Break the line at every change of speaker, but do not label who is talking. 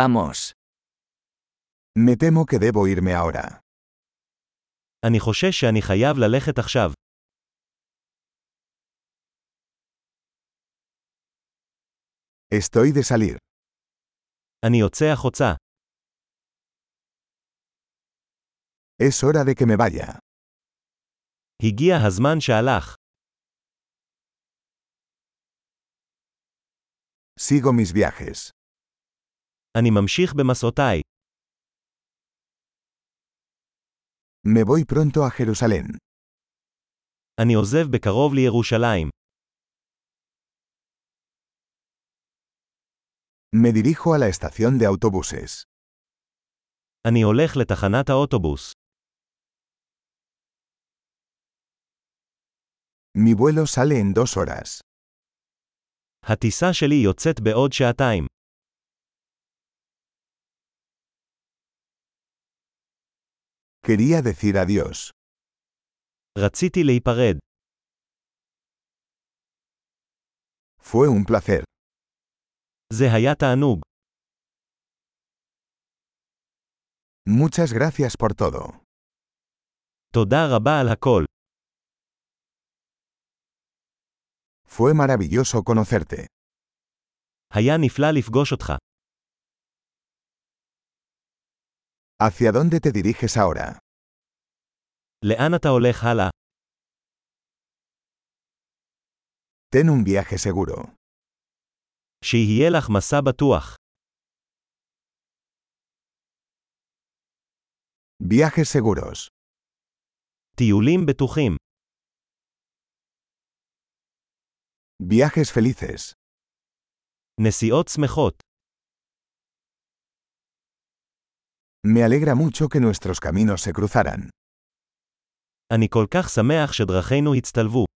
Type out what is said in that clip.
Vamos.
Me temo que debo irme ahora.
אני חושש שאני חייב ללכת עכשיו.
Estoy de salir.
אני יוצא החוצה.
Es hora de que me vaya.
הגיע הזמן שהלך.
Sigo mis viajes.
אני ממשיך במסעותיי.
Me voy pronto a Jerusalén.
אני עוזב בקרוב לירושלים.
Me dirijo a la estación de autobuses.
אני הולך לתחנת האוטובוס.
Mi vuelo sale en dos horas.
הטיסה שלי יוצאת בעוד שעתיים.
Quería decir adiós.
רציתי להיפרד.
Fue un placer.
זה היה תענוג.
Muchas gracias por todo.
תודה רבה על הכל.
Fue maravilloso conocerte.
היה נפלא לפגוש אותך.
¿Hacia dónde te diriges ahora?
לאן אתה הולך הלאה?
Ten un viaje seguro.
שיהיה לך מסע בטוח.
Viajes seguros.
טיולים בטוחים.
Viajes felices.
נסיעות שמחות.
Me alegra mucho que nuestros caminos se cruzaran.
אני כל כך שמח שדרכינו הצטלבו.